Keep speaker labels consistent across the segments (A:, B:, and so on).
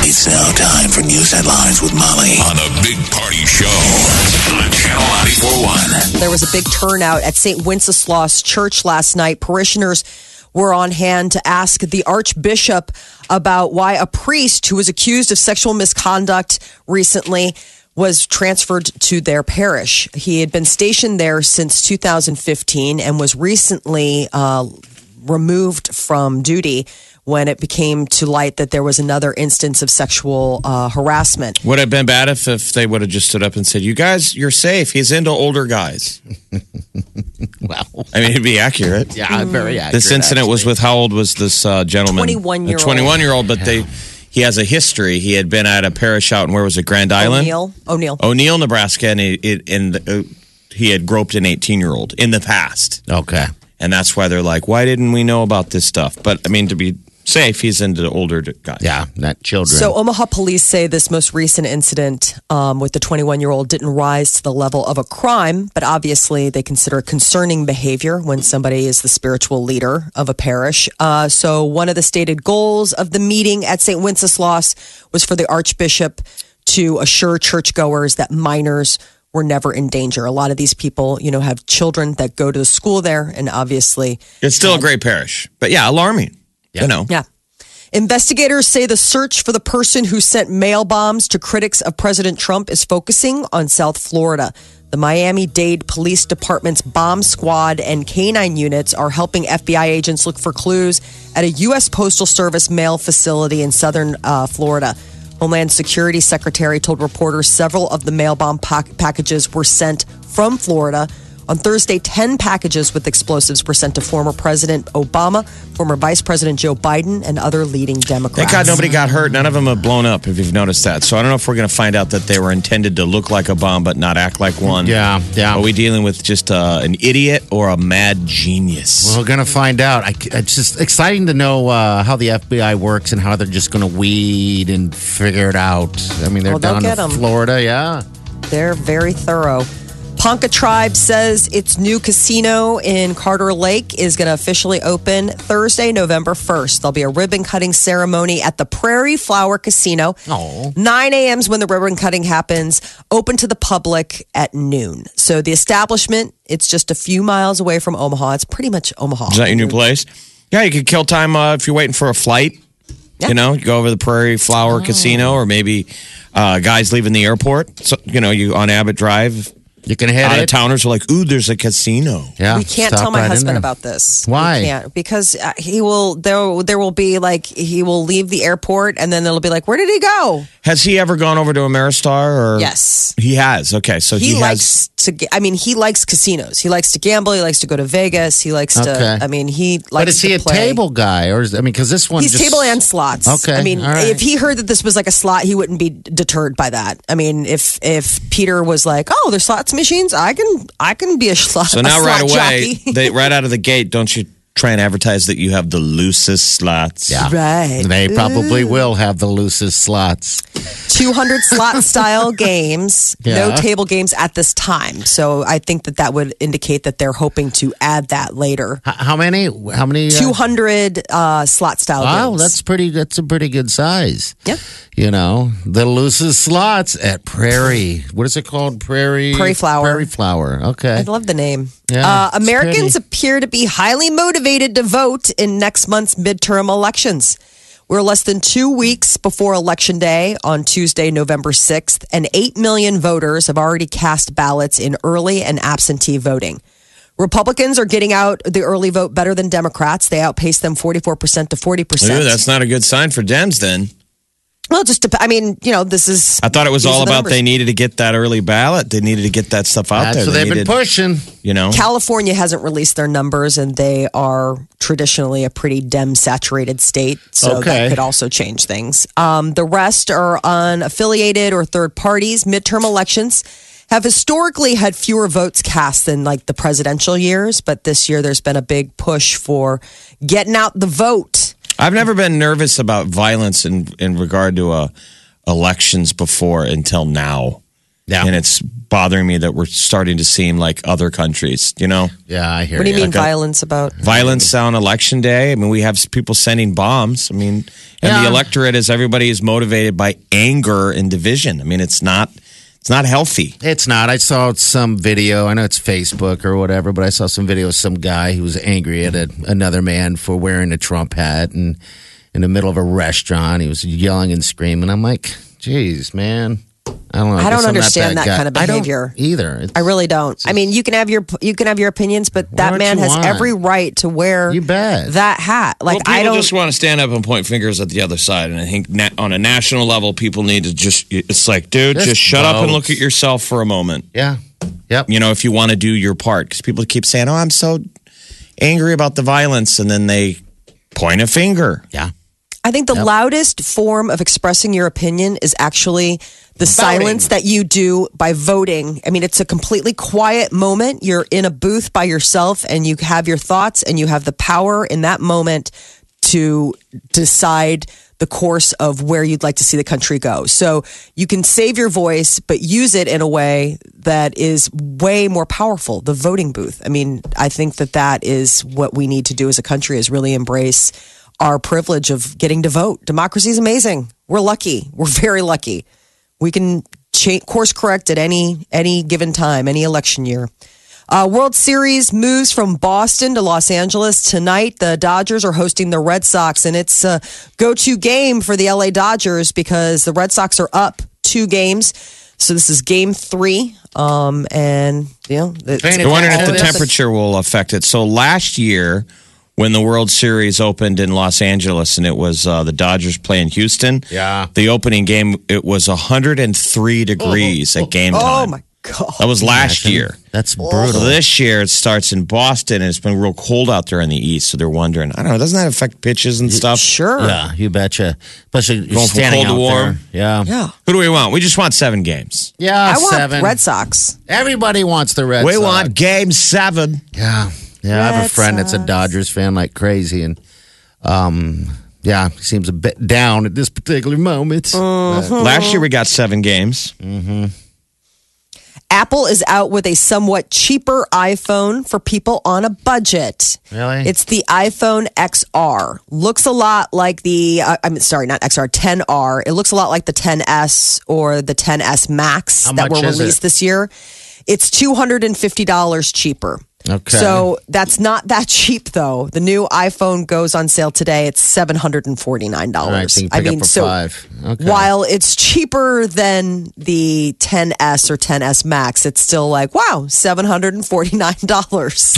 A: It's now time for news headlines with Molly on the Big Party Show on Channel 941.
B: There was a big turnout at St. Wenceslaus Church last night. Parishioners were on hand to ask the Archbishop about why a priest who was accused of sexual misconduct recently was transferred to their parish. He had been stationed there since 2015 and was recently uh, removed from duty when it became to light that there was another instance of sexual uh, harassment.
C: Would have been bad if, if they would have just stood up and said, "You guys, you're safe. He's into older guys."
D: Well,
C: I mean, it'd be accurate.
D: yeah, I'm very accurate.
C: This incident was
D: actually.
C: with how old was this uh, gentleman?
B: 21-year-old.
C: Twenty-one year old, but they he has a history. He had been at a parish out in where was it, Grand Island,
B: O'Neill. O'Neill.
C: O'Neill, Nebraska, and it, it and uh, he had groped an eighteen-year-old in the past,
D: Okay.
C: and that's why they're like, "Why didn't we know about this stuff?" But I mean, to be safe, he's into older guys.
D: Yeah, not children.
B: So, oh, Omaha police say this most recent incident um, with the 21 year old didn't rise to the level of a crime, but obviously they consider it concerning behavior when somebody is the spiritual leader of a parish. Uh, so, one of the stated goals of the meeting at St. Wenceslaus was for the Archbishop to assure churchgoers that minors were never in danger. A lot of these people, you know, have children that go to school there, and obviously
C: It's still a great parish, but yeah, alarming. You know,
B: yeah. Investigators say the search for the person who sent mail bombs to critics of President Trump is focusing on South Florida. The Miami Dade Police Department's bomb squad and canine units are helping FBI agents look for clues at a U.S. Postal Service mail facility in southern uh, Florida. Homeland Security Secretary told reporters several of the mail bomb pack- packages were sent from Florida. On Thursday, 10 packages with explosives were sent to former President Obama, former Vice President Joe Biden, and other leading
C: Thank
B: Democrats.
C: God nobody got hurt. None of them have blown up, if you've noticed that. So I don't know if we're going to find out that they were intended to look like a bomb but not act like one.
D: Yeah, yeah.
C: Are we dealing with just uh, an idiot or a mad genius?
D: We're gonna find out. I, it's just exciting to know uh, how the FBI works and how they're just gonna weed and figure it out. I mean, they're
B: Oh, they'll
D: down in
B: get 'em.
D: Florida, yeah.
B: They're very thorough. Ponca Tribe says its new casino in Carter Lake is going to officially open Thursday, November 1st. There'll be a ribbon cutting ceremony at the Prairie Flower Casino.
D: Oh.
B: 9 a.m. is when the ribbon cutting happens, open to the public at noon. So the establishment, it's just a few miles away from Omaha. It's pretty much Omaha.
C: Is that your new place? Yeah, you could kill time uh, if you're waiting for a flight.
B: Yeah. Oh.
C: You know, you go over the Prairie Flower Casino or maybe uh, guys leaving the airport. So, you know, you on Abbott Drive,
D: You can hit
C: out
D: it.
C: of towners are like, ooh, there's a casino.
D: Yeah,
B: we can't
D: stop
B: tell my
D: right in
B: husband
D: there.
B: about this.
D: Why?
B: We can't because uh, he will. There, there will be like he will leave the airport, and then it'll be like, where did he go?
C: Has he ever gone over to Ameristar? Or
B: Yes.
C: he has. Okay, so
B: He,
C: he, has.
B: likes to. ga- I mean, he likes casinos. He likes to gamble. He likes to go to Vegas. He likes
D: Okay.
B: to. I mean, he likes.
D: But is he
B: to
D: a
B: play.
D: table guy, or is, I mean, because this one
B: He's
D: just,
B: table and slots.
D: Okay,
B: I mean,
D: all right.
B: if he heard that this was like a slot, he wouldn't be deterred by that. I mean, if if Peter was like, "Oh, there's slots machines. I can I can be a slot."
C: So
B: a
C: now, right
B: slot
C: away,
B: jockey."
C: they right out of the gate, don't you try and advertise that you have the loosest slots?
D: Yeah.
B: right.
D: They probably will have the loosest slots.
B: 200 slot style games, no
D: Yeah.
B: table games at this time. So I think that that would indicate that they're hoping to add that later.
D: H- how many? How many? uh,
B: 200 uh, slot style
D: Wow,
B: games.
D: that's pretty. That's a pretty good size.
B: Yeah.
D: You know, the loosest slots at Prairie. What is it called? Prairie.
B: Prairie Flower.
D: Prairie Flower. Okay.
B: I love the name.
D: Yeah,
B: uh,
D: it's
B: Americans
D: pretty.
B: appear to be highly motivated to vote in next month's midterm elections. We're less than two weeks before Election Day on Tuesday, November 6th, and 8 million voters have already cast ballots in early and absentee voting. Republicans are getting out the early vote better than Democrats. They outpace them 44% to 40%.
C: Ooh, that's not a good sign for Dems then.
B: Well, it just dep- I mean, you know, this is.
C: I thought it was
B: these
C: all
B: are the
C: about
B: numbers.
C: they needed to get that early ballot. They needed to get that stuff out
D: That's
C: there.
D: what
C: They
D: they've been
C: needed-
D: pushing.
C: You know,
B: California hasn't released their numbers, and they are traditionally a pretty dem saturated state. So that
D: Okay.
B: could also change things. Um, the rest are unaffiliated or third parties. Midterm elections have historically had fewer votes cast than like the presidential years, but this year there's been a big push for getting out the vote.
C: I've never been nervous about violence in in regard to uh, elections before until now.
D: Yeah.
C: and it's bothering me that we're starting to seem like other countries. You know,
D: Yeah, I hear
B: What do you
D: ya.
B: mean violence about?
C: violence on election day. I mean, we have s- people sending bombs. I mean, and the
D: Yeah.
C: electorate is everybody is motivated by anger and division. I mean, it's not it's not healthy.
D: It's not. I saw some video. I know it's Facebook or whatever, but I saw some video of some guy who was angry at a, another man for wearing a Trump hat and in the middle of a restaurant. He was yelling and screaming. I'm like, geez, man. I don't know.
B: I don't
D: guess I'm not
B: understand that
D: guy.
B: kind of
D: I don't
B: behavior.
D: either.
B: I really don't. I mean, you can have your you can have your opinions, but that
D: don't
B: man
D: you
B: has
D: want?
B: every right to wear
D: You bet.
B: that hat. Like
C: well,
B: I
C: people
B: don't.
C: just want to stand up and point fingers at the other side, and I think na- on a national level, people need to just—it's like, dude, just,
D: Just
C: shut up and
D: vote.
C: look at yourself for a moment.
D: yeah. Yep.
C: You know, if you want to do your part, because people keep saying, "Oh, I'm so angry about the violence," and then they point a finger.
D: Yeah.
B: I think the loudest form of expressing your opinion is actually the silence that you do by voting. I mean, it's a completely quiet moment. You're in a booth by yourself and you have your thoughts and you have the power in that moment to decide the course of where you'd like to see the country go. So you can save your voice, but use it in a way that is way more powerful. The voting booth. I mean, I think that that is what we need to do as a country is really embrace our privilege of getting to vote. Democracy is amazing. We're lucky. We're very lucky. We can cha- course correct at any any given time, any election year. Uh, World Series moves from Boston to Los Angeles tonight. The Dodgers are hosting the Red Sox, and it's a go-to game for the LA Dodgers because the Red Sox are up two games. So this is Game Three, um, and you know, it's-
D: Fantastic.
C: You're wondering if the
D: All this-
C: temperature will affect it. So last year, when the World Series opened in Los Angeles, and it was uh, the Dodgers playing Houston,
D: Yeah.
C: the opening game it was 103 degrees at game
B: oh
C: time.
B: my god.
C: that was last year.
D: That's
C: So
D: brutal.
C: this year it starts in Boston, and it's been real cold out there in the east. So they're wondering, I don't know, doesn't that affect pitches
D: Mm,
C: and stuff?
B: Sure.
D: Yeah, you betcha. Especially you're
C: Going from
D: standing
C: cold to
D: out
C: warm.
D: There. Yeah.
B: Yeah.
C: Who do we want? We just want seven games.
D: Yeah,
B: I want
D: seven.
B: Red Sox.
D: Everybody wants the Red
C: we
D: Sox.
C: want game seven.
D: Yeah. Yeah. I have a
B: Red
D: friend that's a Dodgers fan like crazy. And um, yeah, he seems a bit down at this particular moment.
B: Uh,
C: Last year we got seven games.
B: Apple is out with a somewhat cheaper iPhone for people on a budget.
D: Really?
B: It's the iPhone XR. Looks a lot like the uh, I'm sorry, not XR, 10R. It looks a lot like the 10S or the 10S Max
D: How
B: that were
D: much is
B: released
D: it?
B: this year. It's $250 cheaper.
D: Okay.
B: So that's not that cheap though. The new iPhone goes on sale today. It's $749.
D: All right, so you
B: I
D: pick up
B: mean,
D: for
B: so
D: five. Okay.
B: while it's cheaper than the 10S or 10S Max, it's still like, wow, $749.
D: You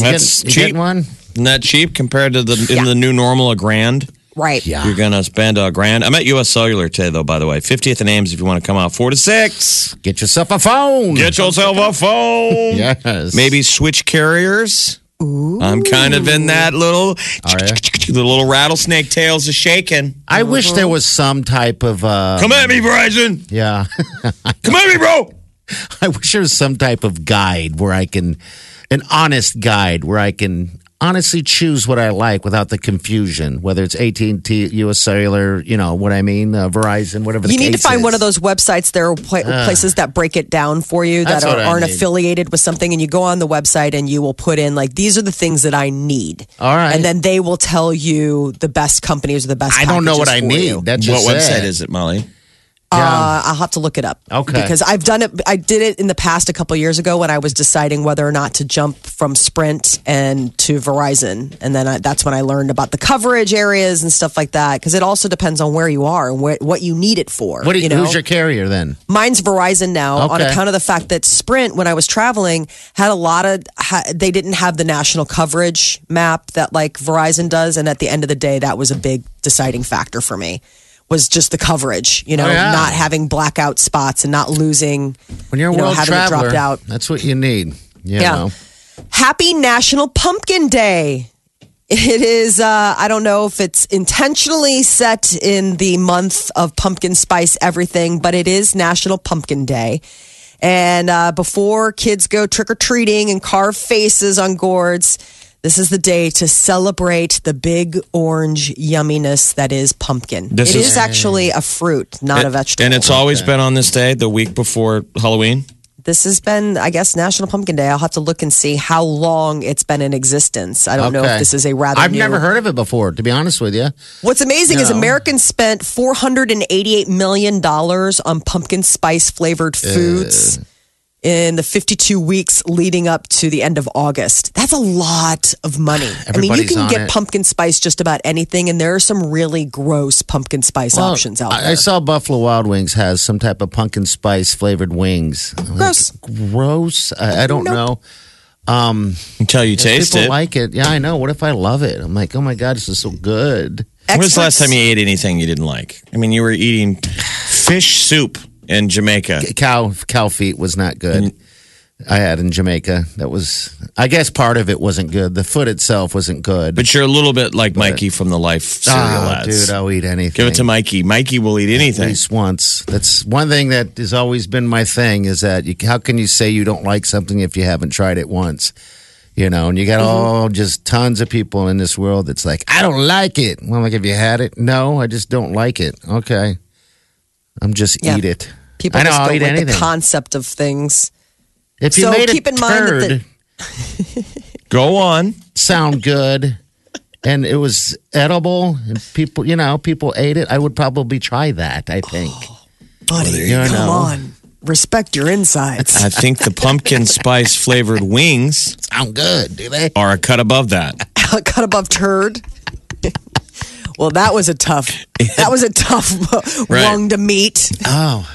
C: That's
D: get- you get
C: cheap.
D: one?
C: Not cheap compared to the in the new normal a grand.
B: Right.
D: Yeah.
C: You're gonna spend a grand. I'm at U.S. Cellular today, though. By the way, 50th and Ames. If you want to come out, four to six.
D: Get yourself a phone.
C: Get yourself a phone.
D: yes.
C: Maybe switch carriers. I'm kind of in that little.
D: ya? Uh-huh.
C: The little rattlesnake tails is shaking.
D: I wish there was some type of. Uh,
C: Come at me, Verizon.
D: Yeah.
C: Come at me, bro.
D: I wish there was some type of guide where I can, an honest guide where I can honestly choose what I like without the confusion, whether it's AT and T, U.S. Cellular, you know what I mean, uh, Verizon, whatever. The
B: You need to
D: case
B: find
D: is.
B: one of those websites. There are pla- places that break it down for you that
D: Ah. That's
B: are,
D: what I
B: aren't
D: need.
B: affiliated with something, and you go on the website and you will put in like these are the things that I need.
D: All right.
B: and then they will tell you the best companies or the best.
D: I don't know what I
B: packages for
D: need.
B: you.
D: That's just
C: what
D: it.
C: website is it, Molly?
B: Uh, I'll have to look it up.
D: Okay.
B: Because I've done it. I did it in the past a couple years ago when I was deciding whether or not to jump from Sprint and to Verizon, and then I, that's when I learned about the coverage areas and stuff like that. Because it also depends on where you are and wh- what you need it for.
D: What do you,
B: you know?
D: Who's your carrier then?
B: Mine's Verizon now on
D: Okay.
B: account of the fact that Sprint, when I was traveling, had a lot of, ha, they didn't have the national coverage map that like Verizon does. And at the end of the day, that was a big deciding factor for me. was just the coverage, you know,
D: Oh, yeah.
B: not having blackout spots and not losing.
D: When you're a
B: you know,
D: world
B: having it
D: traveler,
B: dropped out.
D: that's what you need. You
B: Yeah.
D: know.
B: Happy National Pumpkin Day. It is, uh, I don't know if it's intentionally set in the month of pumpkin spice everything, but it is National Pumpkin Day. And uh, before kids go trick or treating and carve faces on gourds, this is the day to celebrate the big orange yumminess that is pumpkin.
C: This
B: it
C: is-
B: is actually a fruit, not a vegetable.
C: And it's always been on this day, the week before Halloween.
B: This has been, I guess, National Pumpkin Day. I'll have to look and see how long it's been in existence. I don't know
D: Okay.
B: if this is a rather.
D: I've
B: new-
D: never heard of it before, to be honest with you.
B: What's amazing is
D: No.
B: Americans spent 488 million dollars on pumpkin spice flavored foods in the 52 weeks leading up to the end of August. That's a lot of money. I mean, you
D: Everybody's
B: can
D: on
B: get
D: it.
B: pumpkin spice just about anything, and there are some really gross pumpkin spice
D: Well,
B: options out
D: Oh, I-
B: there.
D: I saw Buffalo Wild Wings has some type of pumpkin spice flavored wings. I'm like,
B: Gross.
D: gross. I, I don't know.
C: Until you taste
D: People
C: it.
D: like it. Yeah, I know. What if I love it? I'm like, oh my god, this is so good.
C: when was the last
B: Experts-
C: time you ate anything you didn't like? I mean, you were eating fish soup in Jamaica.
D: Cow cow feet was not good.
C: Mm.
D: I had in Jamaica. That was, I guess, part of it wasn't good. The foot itself wasn't good.
C: But you're a little bit like Mikey from the Life cereal
D: Ah,
C: ads.
D: dude, I'll eat anything.
C: Give it to Mikey. Mikey will eat
D: at
C: anything.
D: least once. That's one thing that has always been my thing is that you, how can you say you don't like something if you haven't tried it once? You know, and you
B: Mm-hmm.
D: got all just tons of people in this world that's like, I don't like it. Well, I'm like, have you had it? No, I just don't like it. Okay. I'm just
B: Yeah.
D: eat it.
B: People
D: I know,
B: just
D: I'll
B: don't
D: eat
B: like
D: anything.
B: the concept of things.
D: if you
B: So
D: made
B: keep
D: a
B: in mind that the-
D: turd
C: Go on.
D: sound good and it was edible and people, you know, people ate it, I would probably try that, I think.
B: Oh. Buddy,
D: you
B: come
D: go.
B: on. Respect your insides.
C: I think the pumpkin spice flavored wings
D: Sound good, do they?
C: are a cut above that.
B: cut above turd. well, that was a tough. That was a tough
C: Right.
B: lung to meet.
D: Oh.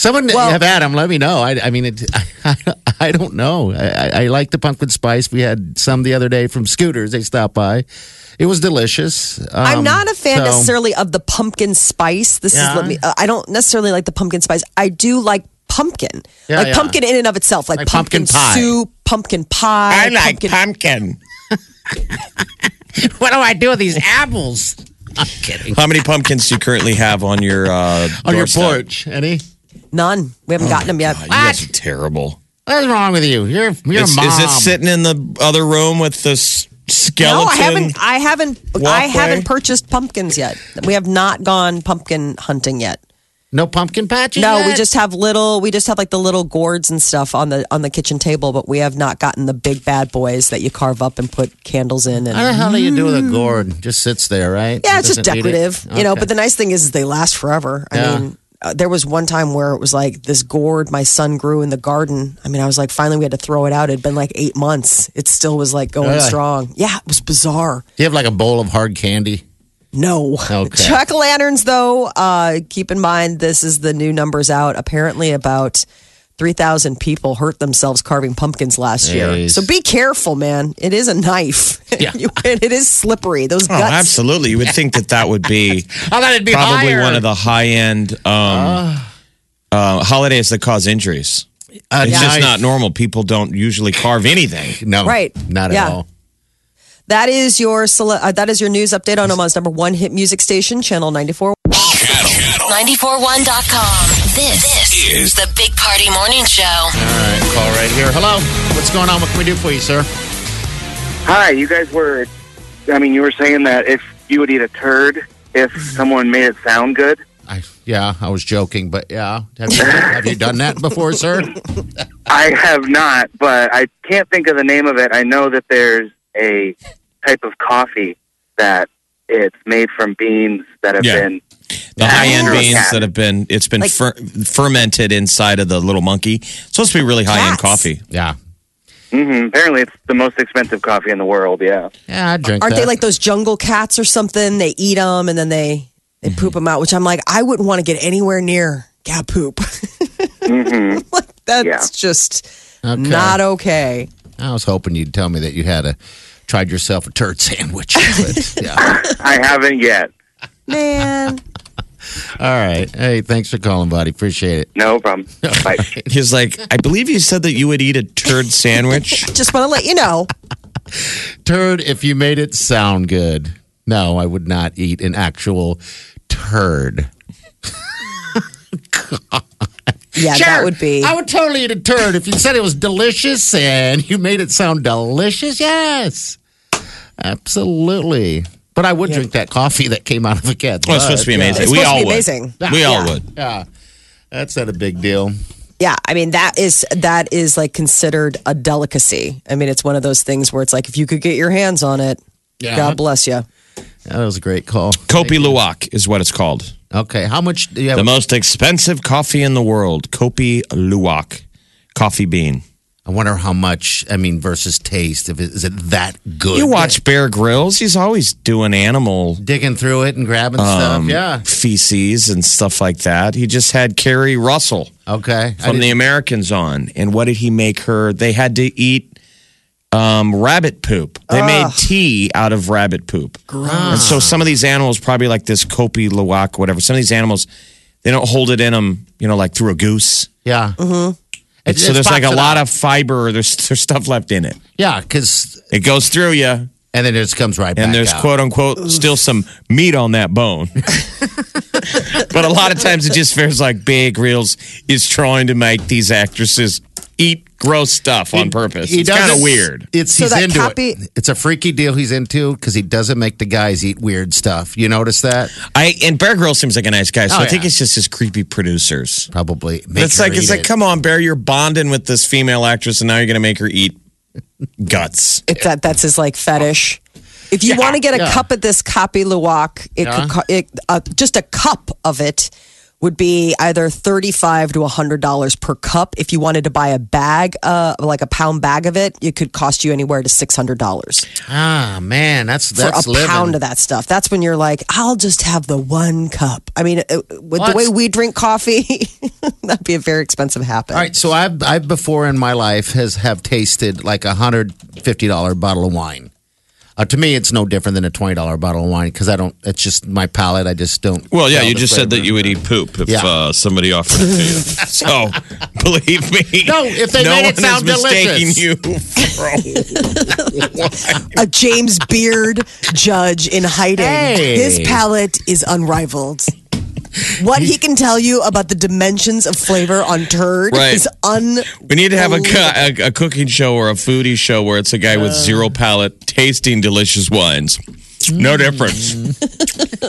D: Someone
B: Well-
D: have Adam. Let me know. I, I mean, it, I, I don't know. I, I, I like the pumpkin spice. We had some the other day from Scooters. They stopped by. It was delicious.
B: I'm
D: Um,
B: not a fan
D: so-
B: necessarily of the pumpkin spice. This is let
D: Yeah.
B: me. uh, I don't necessarily like the pumpkin spice. I do like pumpkin,
D: Yeah,
B: like
D: yeah.
B: pumpkin in and of itself, like,
D: Like pumpkin pie.
B: soup, pumpkin pie. pumpkin-
C: pumpkin.
D: What do I do with these apples? I'm kidding.
C: How many pumpkins do you currently have on your uh,
D: On your
C: doorstep?
D: porch, Eddie.
B: None. We
D: Oh,
B: haven't gotten them yet.
C: God, you guys are terrible.
D: What's wrong with you? You're you're
C: Is,
D: mom.
C: is it sitting in the other room with the s- skeleton?
B: No, I haven't. I haven't. I
C: Walkway?
B: haven't purchased pumpkins yet. We have not gone pumpkin hunting yet.
D: no pumpkin patches.
B: No, we
D: yet?
B: just have little. We just have like the little gourds and stuff on the on the kitchen table, but we have not gotten the big bad boys that you carve up and put candles in.
D: How
B: And
D: the hell do you do with a gourd? Just sits there, right?
B: Mm. yeah, it's just
D: Doesn't eat it?
B: decorative, you know.
D: Okay.
B: But the nice thing is, is they last forever. I
D: Yeah.
B: mean, uh, there was one time where it was like this gourd my son grew in the garden. I mean, I was like, finally, we had to throw it out. It'd been like eight months. It still was like going
D: Really?
B: strong. Yeah, it was bizarre.
D: do you have like a bowl of hard candy?
B: No.
D: Okay.
B: Jack o' lanterns, though, uh, keep in mind this is the new numbers out. Apparently, about 3,000 people hurt themselves carving pumpkins last year.
D: Jeez.
B: So be careful, man. It is a knife.
D: Yeah.
B: You- and it is slippery. Those
C: Oh,
B: guts.
C: absolutely. You would think that that would be
D: I thought it'd be
C: probably
D: higher.
C: one of the high end um, uh, holidays that cause injuries.
D: Uh,
C: It's just
D: knife.
C: not normal. People don't usually carve anything.
D: No,
B: Right.
D: Not
B: Yeah.
D: at all.
B: That is your cele- uh, that is your news update on Omaha's number one hit music station, Channel 94.
A: Channel
E: 941.com. This, this is the Big Party Morning Show.
D: All right, call right here. Hello, what's going on? What can we do for you, sir?
F: Hi, you guys were. I mean, you were saying that if you would eat a turd if someone made it sound good.
D: I, yeah, I was joking, but yeah, have you, have you done that before, sir?
F: I have not, but I can't think of the name of it. I know that there's a type of coffee that it's made from beans that have
C: Yeah.
F: been.
C: The high end
F: Ooh.
C: beans that have been it's been
B: Like-
C: fer- fermented inside of the little monkey. It's supposed to be really high end
B: Cats.
C: coffee.
D: Yeah,
F: hmm apparently, it's the most expensive coffee in the world. Yeah.
D: yeah, I drink.
B: Aren't
D: that.
B: they like those jungle cats or something? They eat them and then they, they
D: Mm-hmm.
B: poop them out, which I'm like, I wouldn't want to get anywhere near cat poop. like, that's
F: Yeah.
B: just
D: Okay.
B: not okay.
D: I was hoping you'd tell me that you had a tried yourself a turd sandwich. But yeah,
F: I haven't yet.
B: Man.
D: All right. Hey, thanks for calling, buddy. Appreciate it.
F: No problem. Bye.
C: He's like, I believe you said that you would eat a turd sandwich.
B: Just want to let you know.
D: Turd, if you made it sound good. No, I would not eat an actual turd.
B: Yeah, that would be.
D: I would totally eat a turd if you said it was delicious and you made it sound delicious. Yes, absolutely. But I would drink that coffee that came out of the cat.
C: Well, Oh, it's supposed to be
D: But,
C: amazing.
B: It's
C: we
B: supposed to
C: all
B: be
C: would.
B: amazing.
C: We all
B: Yeah.
C: would.
D: Yeah, that's not a big deal.
B: Yeah, I mean that is that is like considered a delicacy. I mean, it's one of those things where it's like if you could get your hands on it,
D: Yeah.
B: God bless you.
D: That was a great call.
C: Kopi Luwak is what it's called.
D: Okay, how much do you have?
C: The most expensive coffee in the world, Kopi Luwak, coffee bean.
D: I wonder how much. I mean, versus taste. If it, is it that good?
C: You watch Bear Grylls; he's always doing animal
D: digging through it and grabbing stuff.
C: Um,
D: Yeah.
C: feces and stuff like that. He just had Carrie Russell
D: Okay. I
C: from
D: did-
C: the Americans on, and what did he make her? They had to eat um, rabbit poop. They made tea out of rabbit poop. And so some of these animals, probably like this Kopi Luwak, whatever. Some of these animals, they don't hold it in them, you know, like through a goose.
D: yeah. Mm-hmm.
C: so there's like a lot of fiber. There's there's stuff left in it.
D: yeah, because
C: It goes through you,
D: and then it just comes right back.
C: and there's
D: out.
C: quote unquote still some meat on that bone. but a lot of times it just feels like Bear Grylls is trying to make these actresses eat gross stuff on purpose.
D: He
C: It's kind of
D: doesn't-
C: weird.
D: It's
B: So
D: he's
B: that
D: into
B: copy-
D: it. It's a freaky deal he's into because he doesn't make the guys eat weird stuff. You notice that?
C: I and Bear Grylls seems like a nice guy, so
D: Oh,
C: I think
D: yeah.
C: it's just his creepy producers.
D: Probably. Make
C: It's
D: her
C: like it's
D: eat
C: like
D: it.
C: come on, Bear, you're bonding with this female actress, and now you're gonna make her eat guts.
B: If that that's his like fetish. If you want to get a
D: yeah.
B: cup of this Kapi Luwak, it
D: Yeah.
B: could co- it, uh, just a cup of it would be either thirty-five to hundred dollars per cup. If you wanted to buy a bag, uh, like a pound bag of it, it could cost you anywhere to six hundred dollars.
D: Ah man, that's
B: for
D: that's
B: a
D: living.
B: pound of that stuff. That's when you're like, I'll just have the one cup. I mean, uh, with the
D: What?
B: way we drink coffee, that'd be a very expensive habit.
D: All right, so I've I've before in my life has have tasted like a hundred fifty dollar bottle of wine. Uh, to me, it's no different than a twenty dollar bottle of wine because I don't. It's just my palate. I just don't.
C: Well, yeah,
D: tell
C: you
D: the
C: just said that
D: flavor.
C: you would eat poop if
D: Yeah.
C: uh, somebody offered it to you. So believe me,
D: No, if they
C: no
D: made it
C: one
D: sound
C: is mistaking
D: delicious.
C: you for a-
B: A James Beard judge in hiding.
D: Hey.
B: His palate is unrivaled. What he can tell you about the dimensions of flavor on turd
C: Right.
B: is un.
C: we need to have a, co- a, a cooking show or a foodie show where it's a guy
D: Uh.
C: with zero palate tasting delicious wines. No
D: Mm.
C: difference.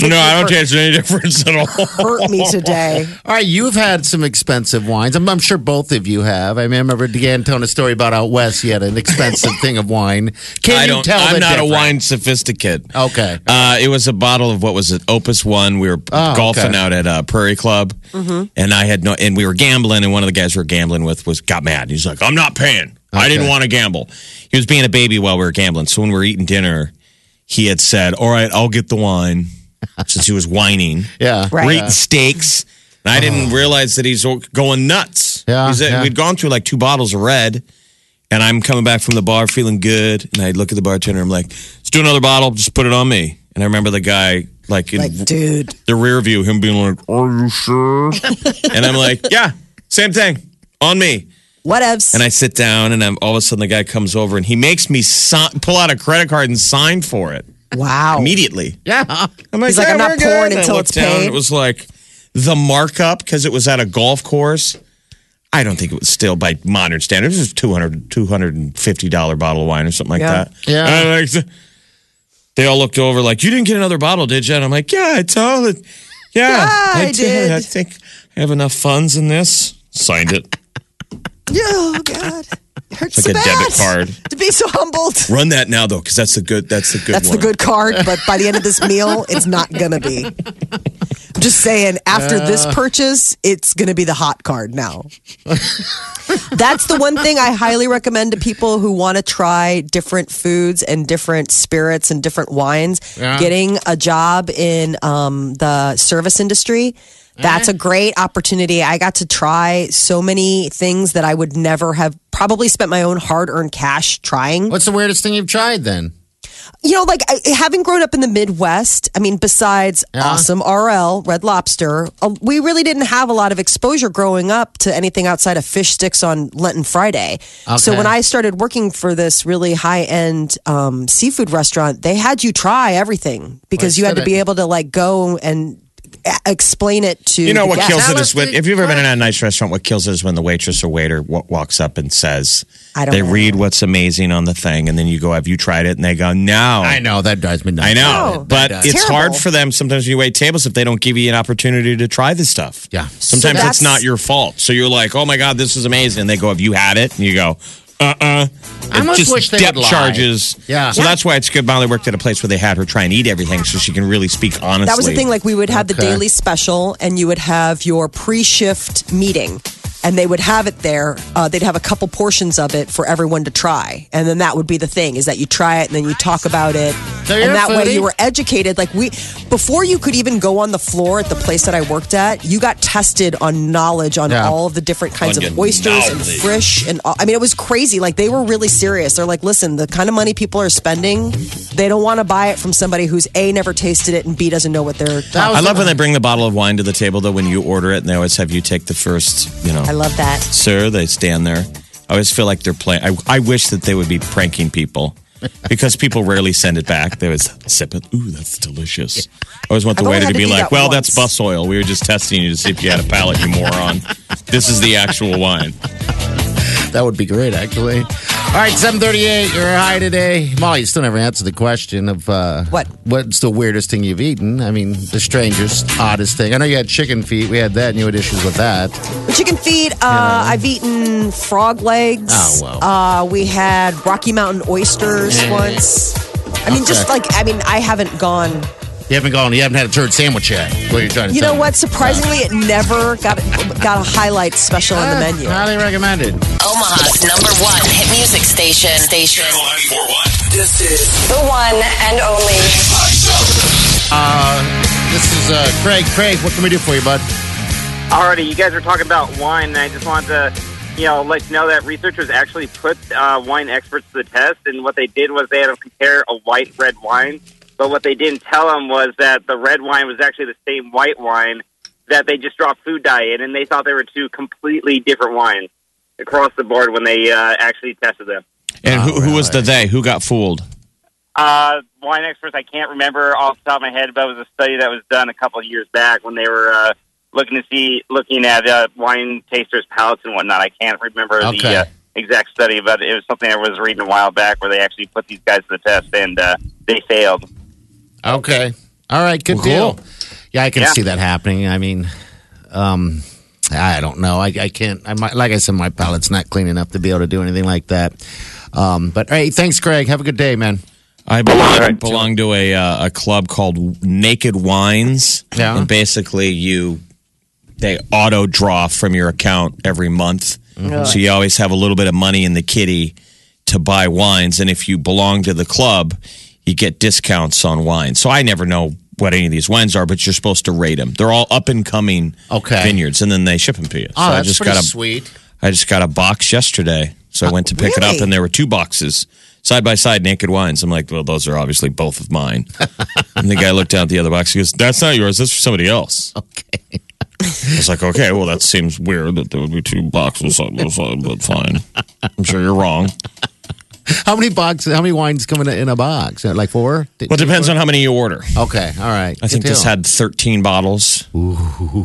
C: no, I don't taste any difference at all.
B: Hurt me today.
D: All right, you've had some expensive wines. I'm, I'm sure both of you have. I mean, I remember Deanne telling a story about out west. He had an expensive thing of wine. Can
C: I
D: you
C: don't.
D: tell?
C: I'm
D: the
C: not a
D: difference?
C: wine sophisticate.
D: Okay.
C: Uh, it was a bottle of what was it? Opus One. We were
D: Oh,
C: golfing
D: okay. Mm-hmm.
C: out at uh, Prairie Club, and I had no. And we were gambling, and one of the guys we were gambling with was got mad. He's like, "I'm not paying. I didn't
D: Okay.
C: want to gamble." He was being a baby while we were gambling. So when we were eating dinner, he had said, "All right, I'll get the wine," since he was whining.
D: Yeah. Uh-huh.
B: Right.
C: We're eating steaks. And I didn't realize that he's going nuts.
D: Yeah,
C: He's-
D: yeah.
C: We'd gone through like two bottles of red, and I'm coming back from the bar feeling good. And I look at the bartender. I'm like, let's do another bottle. Just put it on me. And I remember the guy, like in
B: Like, dude,
C: the rear view, him being like, are you sure? and I'm like, yeah, same thing on me.
B: whatevs.
C: And I sit down, and I'm, all of a sudden the guy comes over and he makes me si- pull out a credit card and sign for it
B: wow.
C: immediately.
D: Yeah.
C: I'm like,
B: He's like,
C: "Yeah,
B: I'm not
C: we're good."
B: pouring
C: And I
B: until
C: looked
B: it's
C: down,
B: paid.
C: It was like the markup because it was at a golf course. I don't think it was still by modern standards. It was 200 $250 bottle of wine or something like
B: Yeah.
C: that.
D: Yeah.
C: And I'm like, they all looked over like, you didn't get another bottle, did you? And I'm like, yeah, it's all. It, yeah,
B: Yeah, I did."
C: I think I have enough funds in this. Signed it.
B: Oh, God. It hurts
C: Like
B: so
C: a
B: bad
C: debit card.
B: To be so humbled.
C: Run that now though, because that's the good. That's the good.
B: That's
C: one.
B: the good card, but by the end of this meal, it's not gonna be. I'm just saying, after this
C: Uh.
B: purchase, it's gonna be the hot card now. That's the one thing I highly recommend to people who want to try different foods and different spirits and different wines.
D: Yeah.
B: Getting a job in um, the service industry. That's
C: Eh.
B: a great opportunity. I got to try so many things that I would never have probably spent my own hard earned cash trying.
D: What's the weirdest thing you've tried then?
B: you know, like I, having grown up in the Midwest, I mean, besides awesome RL, Red Lobster, uh, we really didn't have a lot of exposure growing up to anything outside of fish sticks on Lenten Friday. So
D: Okay.
B: when I started working for this really high end um, seafood restaurant, they had you try everything because you had to
D: should
B: be
D: it?
B: able to like go and uh, explain it to
C: You know
B: the
C: what
B: guests.
C: kills it
D: Tell
C: is
D: us
C: when,
D: the
C: if you've ever been in a
D: price.
C: nice restaurant, what kills it is when the waitress or waiter w- walks up and says,
B: I don't
C: they
B: know.
C: read what's amazing on the thing, and then you go, Have you tried it? And they go, No.
D: I know that drives me nuts.
C: I know.
B: No.
C: but
D: That
C: it's
B: does.
C: hard
B: Oh, Terrible.
C: for them sometimes when you wait tables if they don't give you an opportunity to try this stuff.
D: Yeah. So
C: Sometimes
B: that's-
C: it's not your fault. So you're like, Oh my God, this is amazing. And they go, Have you had it? And you go, uh uh
D: I almost wish they
C: depth
D: would lie.
C: charges.
D: Yeah.
C: So that's why it's good. Molly worked at a place where they had her try and eat everything so she can really speak honestly.
B: That was the thing. Like we would have the
D: Okay.
B: daily special, and you would have your pre-shift meeting, and they would have it there. Uh, they'd have a couple portions of it for everyone to try, and then that would be the thing: is that you try it and then you talk about it,
D: So you're
B: and
D: a
B: that way
D: foodie?
B: you were educated. Like we, before you could even go on the floor at the place that I worked at, you got tested on knowledge on
D: Yeah.
B: all of the different kinds
C: On
B: of
C: your
B: oysters and
C: knowledge.
B: fish, and all, I mean it was crazy. Like they were really serious. They're like, listen, the kind of money people are spending, they don't want to buy it from somebody who's a never tasted it and b doesn't know what they're.
D: That was
C: I love when they bring the bottle of wine to the table, though, when you order it, and they always have you take the first, you know.
B: I love that.
C: sir. They stand there. I always feel like they're playing. I, I wish that they would be pranking people because people rarely send it back. They always sip it. Ooh, that's delicious. I always want the
B: I've only
C: waiter
B: had
C: to
B: to
C: be
B: do
C: like,
B: that
C: well,
B: once.
C: that's bus oil. We were just testing you to see if you had a palate, you moron. This is the actual wine.
D: That would be great, actually. All right, 738, you're high today. Molly, you still never answered the question of uh,
B: What?
D: what's the weirdest thing you've eaten? I mean, the strangest, oddest thing. I know you had chicken feet. We had that, and you had issues with that.
B: Chicken feet. Uh, I've eaten frog legs.
D: Oh, wow.
B: Uh, we had Rocky Mountain oysters once. I mean, just
D: Okay.
B: like I mean, I haven't gone.
D: You haven't gone, you haven't had a turd sandwich yet. What are you trying to
B: You
D: tell
B: know
D: me?
B: what? Surprisingly, it never got got a highlight special on the
D: Ah,
B: menu.
D: Highly recommended.
E: Omaha's number one hit music station. Station.
A: Channel 941. This is
G: The one and only.
A: my show.
D: This is uh, Craig. Craig, what can we do for you, bud?
H: Alrighty, you guys were talking about wine, and I just wanted to, you know, let you know that researchers actually put uh, wine experts to the test, and what they did was they had to compare a white red wine, but what they didn't tell them was that the red wine was actually the same white wine that they just dropped food dye in, and they thought they were two completely different wines across the board when they uh, actually tested them.
C: And who, who was the they? Who got fooled?
H: Uh, wine experts, I can't remember off the top of my head, but it was a study that was done a couple of years back when they were uh, looking to see looking at uh, wine tasters' palates and whatnot. I can't remember
D: Okay.
H: the uh, exact study, but it was something I was reading a while back where they actually put these guys to the test and uh, they failed.
D: Okay. All right. Good deal.
C: Well,
D: Yeah, I can
H: Yeah.
D: see that happening. I mean, um, I don't know. I, I can't. I might, like I said, my palate's not clean enough to be able to do anything like that. Um, but hey, thanks, Craig. Have a good day, man.
C: I belong, belong to a uh, a club called Naked Wines.
D: Yeah.
C: And basically, you they auto draw from your account every month,
D: Mm-hmm.
C: so you always have a little bit of money in the kitty to buy wines. And if you belong to the club, you get discounts on wines. So I never know what any of these wines are, but you're supposed to rate them. They're all up and coming
D: Okay.
C: vineyards, and then they ship them to you.
D: Oh,
C: so
D: that's
C: I just
D: pretty
C: got a
D: sweet.
C: I just got a box yesterday. So I
D: Uh,
C: went to pick it
B: really?
C: up, and there were two boxes side by side, naked wines. I'm like, well, those are obviously both of mine. and the guy looked down at the other box. He goes, that's not yours. That's for somebody else.
D: Okay.
C: I was like, okay, well, that seems weird that there would be two boxes side by side, but fine. I'm sure you're wrong.
D: How many boxes? How many wines come in a, in a box? Uh, Like four? Did-
C: Well, it depends on how many you order.
D: Okay. All right.
C: I think this had 13 bottles. You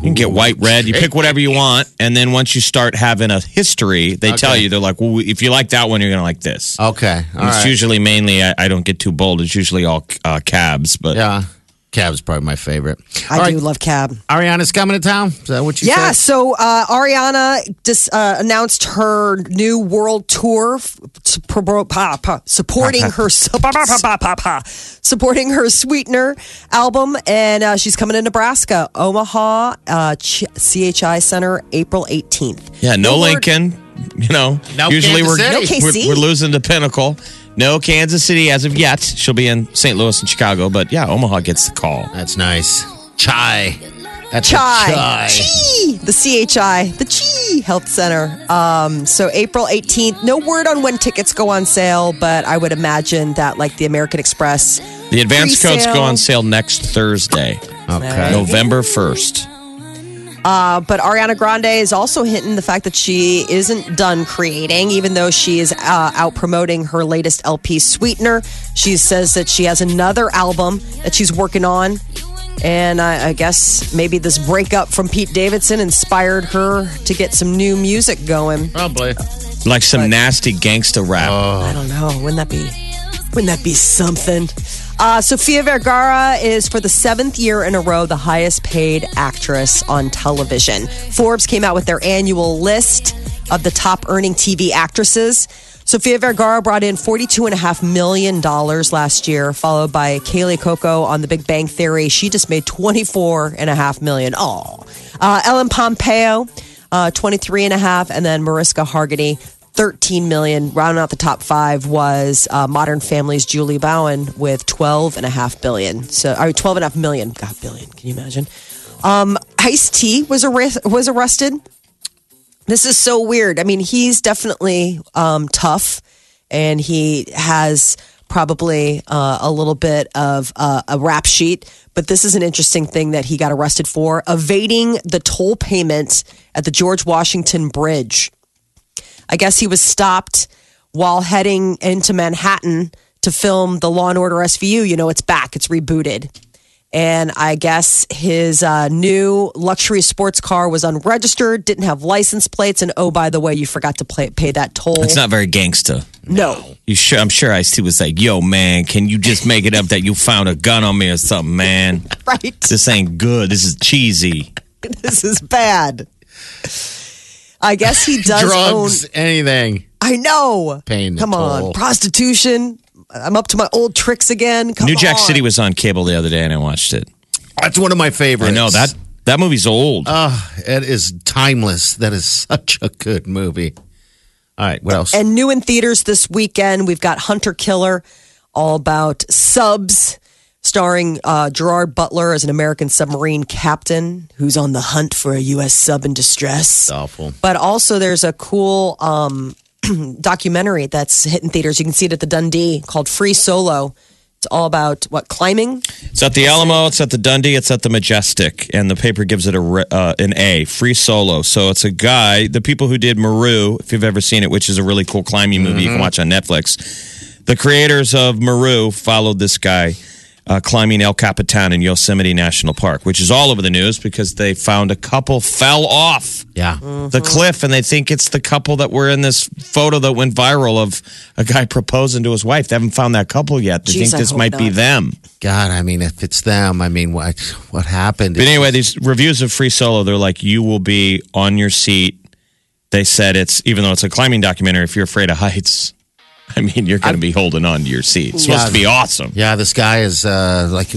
C: can get white, red. You pick whatever you want. And then once you start having a history, they tell
D: Okay.
C: you, they're like, well, if you like that one, you're going to like this.
D: Okay. All
C: And it's
D: right.
C: usually mainly I, I don't get too bold. It's usually all uh, cabs, but
D: yeah. Cab's probably my favorite.
B: I
D: All right.
B: do love cab.
D: Ariana's coming to town. Is that what you
B: Yeah,
D: said?
B: so uh, Ariana dis, uh, announced her new world tour, f- to pro- pa- pa- supporting her su- pa- pa- pa- pa- pa- pa- supporting her Sweetener album, and uh, she's coming to Nebraska, Omaha, uh, Ch- CHI Center, April eighteenth.
C: yeah, no,
B: No word-
C: Lincoln. You know,
D: No
C: usually
D: Kansas
C: we're,
D: City.
B: No
C: we're
B: KC.
C: we're losing to Pinnacle. No Kansas City as of yet. She'll be in St. Louis and Chicago, but yeah, Omaha gets the call.
D: That's nice. Chai. That's a
B: Chai,
D: chai.
B: Chee! the CHI, the Chee. Yee Health Center. Um, so April 18th. No word on when tickets go on sale, but I would imagine that like the American Express.
C: The advance codes
B: Pre-sale.
C: go on sale next Thursday,
D: Okay.
C: November 1st.
B: Uh, but Ariana Grande is also hinting the fact that she isn't done creating, even though she is uh, out promoting her latest LP, Sweetener. She says that she has another album that she's working on. And I, I guess maybe this breakup from Pete Davidson inspired her to get some new music going.
D: Probably.
C: Like some nasty gangsta rap.
D: Oh.
B: I don't know. Wouldn't that be? Wouldn't that be something? Uh, Sofia Vergara is for the seventh year in a row the highest paid actress on television. Forbes came out with their annual list of the top earning TV actresses. Sofia Vergara brought in $42.5 million last year, followed by Kaylee Coco on The Big Bang Theory. She just made $24.5 million. Aw. Uh, Ellen Pompeo uh, 23 and a half, and then Mariska Hargitay, 13 million. Rounding out the top five was uh, Modern Family's Julie Bowen with 12 and a half billion. So, or 12 and a half million. God, billion. Can you imagine? Um, Ice T was arre- was arrested. This is so weird. I mean, he's definitely um, tough, and he has probably uh, a little bit of uh, a rap sheet. But this is an interesting thing that he got arrested for evading the toll payment at the George Washington Bridge. I guess he was stopped while heading into Manhattan to film the Law and Order SVU. You know, it's back, it's rebooted. And I guess his uh, new luxury sports car was unregistered, didn't have license plates. And oh, by the way, you forgot to play, pay that toll.
C: It's not very gangsta.
B: no.
C: You sure? I'm sure I see was like, yo, man, can you just make it up that you found a gun on me or something, man?
B: Right.
C: This ain't good. This is cheesy.
B: this is bad. I guess he does
D: Drugs,
B: own.
D: anything.
B: I know.
D: Paying the
B: Come on,
D: toll.
B: prostitution. I'm up to my old tricks again. Come
C: New Jack
B: on.
C: City was on cable the other day and I watched it.
D: That's one of my favorites.
C: I know that that movie's old.
B: Uh,
D: It is timeless. That is such a good movie. All right, what else?
B: And new in theaters this weekend, we've got Hunter Killer, all about subs, starring uh, Gerard Butler as an American submarine captain who's on the hunt for a U.S. sub in distress.
D: awful.
B: But also, there's a cool um, documentary that's hitting theaters. You can see it at the Dundee called Free Solo. It's all about what climbing.
C: It's at the Alamo. It's at the Dundee. It's at the Majestic, and the paper gives it a re- uh, an A, free solo. So it's a guy. The people who did Maru, if you've ever seen it, which is a really cool climbing movie you
B: Mm-hmm.
C: can watch on Netflix. The creators of Maru followed this guy uh, climbing El Capitan in Yosemite National Park, which is all over the news because they found a couple fell off
D: Yeah.
C: the
B: Mm-hmm.
C: cliff, and they think it's the couple that were in this photo that went viral of a guy proposing to his wife. They haven't found that couple yet. They
B: Jeez, I
C: think this
B: hope
C: might be
B: not.
C: them.
D: God, I mean, if it's them, I mean, what what happened?
C: But anyway, these reviews of Free Solo, they're like, you will be on your seat. They said it's, even though it's a climbing documentary, if you're afraid of heights, I mean, you're going to be holding on to your seat. It's supposed to be awesome.
D: Yeah, this guy is uh, like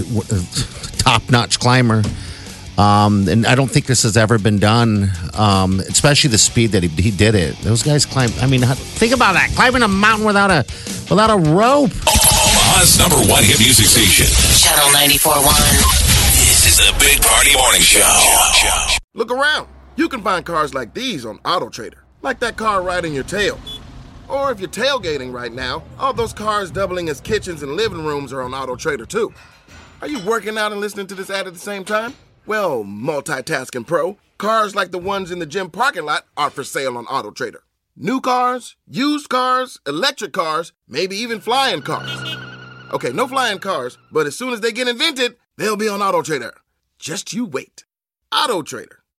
D: top notch climber. Um, and I don't think this has ever been done, um, especially the speed that he, he did it. Those guys climb. I mean, h- think about that climbing a mountain without a without a rope.
A: Omaha's number one hit music station.
E: Channel 94.1.
A: This is the Big Party Morning Show.
I: Look around. You can find cars like these on AutoTrader, like that car right in your tail. Or if you're tailgating right now, all those cars doubling as kitchens and living rooms are on AutoTrader too. Are you working out and listening to this ad at the same time? Well, multitasking pro, cars like the ones in the gym parking lot are for sale on AutoTrader. New cars, used cars, electric cars, maybe even flying cars. Okay, no flying cars, but as soon as they get invented, they'll be on AutoTrader. Just you wait. Auto Trader.